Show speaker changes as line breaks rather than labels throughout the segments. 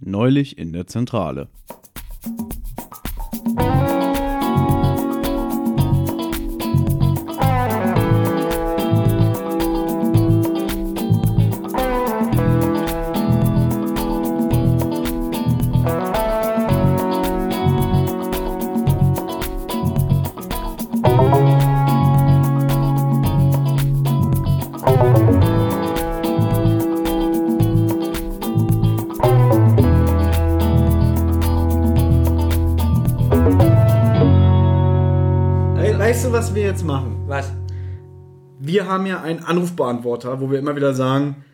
Neulich in der Zentrale.
Ey, Weißt du, was wir jetzt machen?
Was?
Wir haben ja einen Anrufbeantworter, wo wir immer wieder sagen,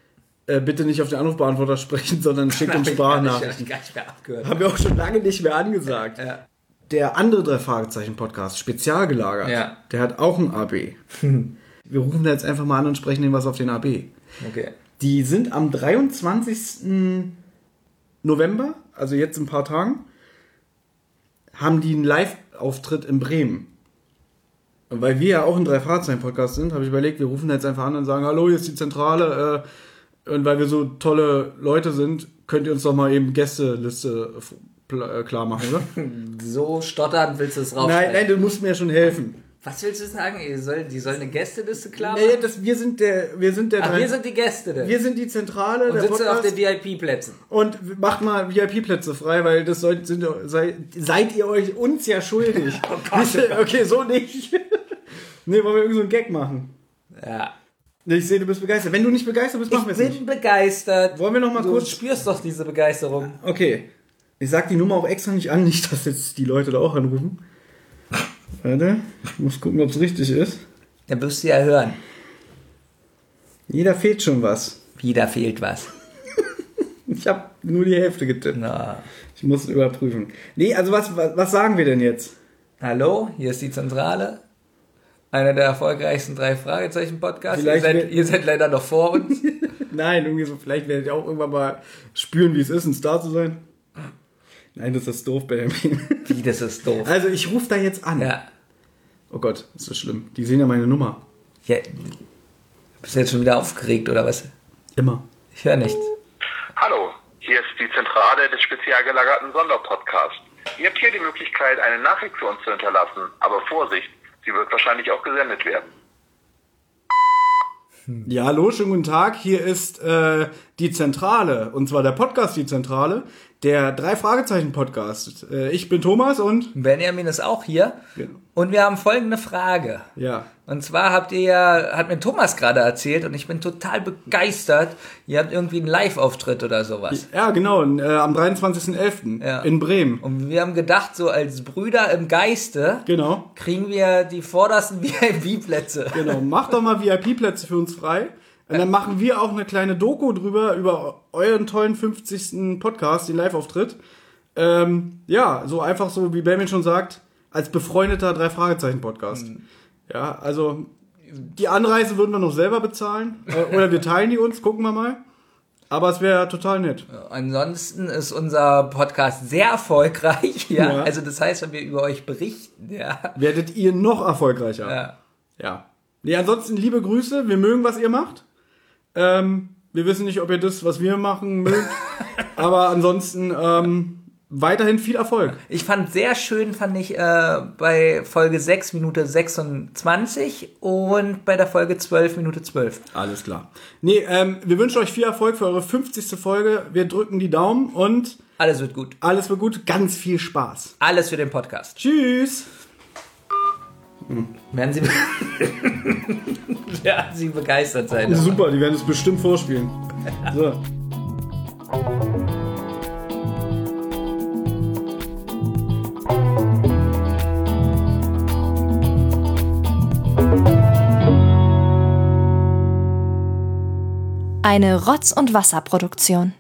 äh, bitte nicht auf den Anrufbeantworter sprechen, sondern schickt uns Sprachnachrichten.
Ich gar nicht mehr abgehört.
Haben wir auch schon lange nicht mehr angesagt.
Ja.
Der andere drei Fragezeichen Podcast, spezial gelagert,
Ja.
der hat auch ein AB. wir rufen da jetzt einfach mal an und sprechen dem was auf den AB.
Okay.
Die sind am 23. November, also jetzt in ein paar Tagen, haben die einen Live-Auftritt in Bremen. Und weil wir ja auch ein Drei-Fahrzeichen-Podcast sind, habe ich überlegt, wir rufen jetzt einfach an und sagen, hallo, hier ist die Zentrale. Äh, und weil wir so tolle Leute sind, könnt ihr uns doch mal eben Gästeliste äh, f- pl- äh, klar machen, oder?
So stottern willst du es raus.
nein, nein, du musst mir schon helfen.
Was willst du sagen? Ihr soll, die soll eine Gästeliste klar machen?
Naja, das, wir sind der, wir sind der,
Ach,
drei-
wir sind die Gäste. denn.
wir sind die Zentrale
und sitzen auf den VIP-Plätzen.
Und macht mal VIP-Plätze frei, weil das sollt, sind, sei, seid ihr euch uns ja schuldig.
Oh
Wisst ihr, okay, so nicht. nee, wollen wir irgend so einen Gag machen?
Ja.
Nee, Ich sehe, du bist begeistert. Wenn du nicht begeistert bist, machen wir
Ich
es
bin
nicht.
begeistert.
Wollen wir noch mal
du
kurz-
spürst doch diese Begeisterung.
Okay. Ich sag die Nummer auch extra nicht an, nicht, dass jetzt die Leute da auch anrufen. Warte, ich muss gucken, ob es richtig ist.
Dann wirst du ja hören.
Jeder fehlt schon was.
Wieder fehlt was.
Ich habe nur die Hälfte getippt.
Na.
Ich muss überprüfen. Nee, also was, was, was sagen wir denn jetzt?
Hallo, hier ist die Zentrale. Einer der erfolgreichsten drei Fragezeichen-Podcasts. Ihr
Vielleicht
seid,
wird-
ihr seid leider noch vor uns.
Nein, irgendwie so, vielleicht werdet ihr auch irgendwann mal spüren, wie es ist, ein Star zu sein. Nein, das ist doof, Benjamin.
Wie, das ist doof.
Also ich rufe da jetzt an.
Ja.
Oh Gott, ist das schlimm. Die sehen ja meine Nummer.
ja. Bist du jetzt schon wieder aufgeregt oder was?
Immer.
Ich höre nichts.
Hallo, hier ist die Zentrale des spezial gelagerten Sonderpodcasts. Ihr habt hier die Möglichkeit, eine Nachricht für uns zu hinterlassen, aber Vorsicht, sie wird wahrscheinlich auch gesendet werden.
Ja, hallo, schönen guten Tag. Hier ist äh, die Zentrale. Und zwar der Podcast Die Zentrale. Der Drei-Fragezeichen-Podcast. Äh, ich bin Thomas und...
Benjamin ist auch hier.
Ja.
Und wir haben folgende Frage.
Ja.
Und zwar habt ihr ja, hat mir Thomas gerade erzählt und ich bin total begeistert, ihr habt irgendwie einen Live-Auftritt oder sowas.
Ja, genau. Äh, am 23.11.
Ja.
in Bremen.
Und wir haben gedacht, so als Brüder im Geiste
Genau.
kriegen wir die vordersten VIP-Plätze.
Genau, mach doch mal VIP-Plätze für uns frei. Und dann machen wir auch eine kleine Doku drüber, über euren tollen 50. Podcast, den Live-Auftritt. Ähm, ja, so einfach so, wie Benjamin schon sagt, als befreundeter Drei-Fragezeichen-Podcast. Ja, also die Anreise würden wir noch selber bezahlen. Äh, oder wir teilen die uns, gucken wir mal. Aber es wäre total nett.
Ansonsten ist unser Podcast sehr erfolgreich. Ja?
Ja.
Also das heißt, wenn wir über euch berichten, ja.
Werdet ihr noch erfolgreicher.
ja.
Ja. Nee, ansonsten liebe Grüße. Wir mögen, was ihr macht. Ähm, wir wissen nicht, ob ihr das, was wir machen, mögt. aber ansonsten ähm, weiterhin viel Erfolg.
Ich fand sehr schön, fand ich äh, bei Folge 6 Minute 26 und bei der Folge 12 Minute 12.
Alles klar. Nee, ähm, wir wünschen euch viel Erfolg für eure 50. Folge. Wir drücken die Daumen und
Alles wird gut.
alles wird gut. Ganz viel Spaß.
Alles für den Podcast.
Tschüss.
Werden Sie, werden Sie begeistert sein.
Super, die werden es bestimmt vorspielen. So.
Eine Rotz- und Wasserproduktion.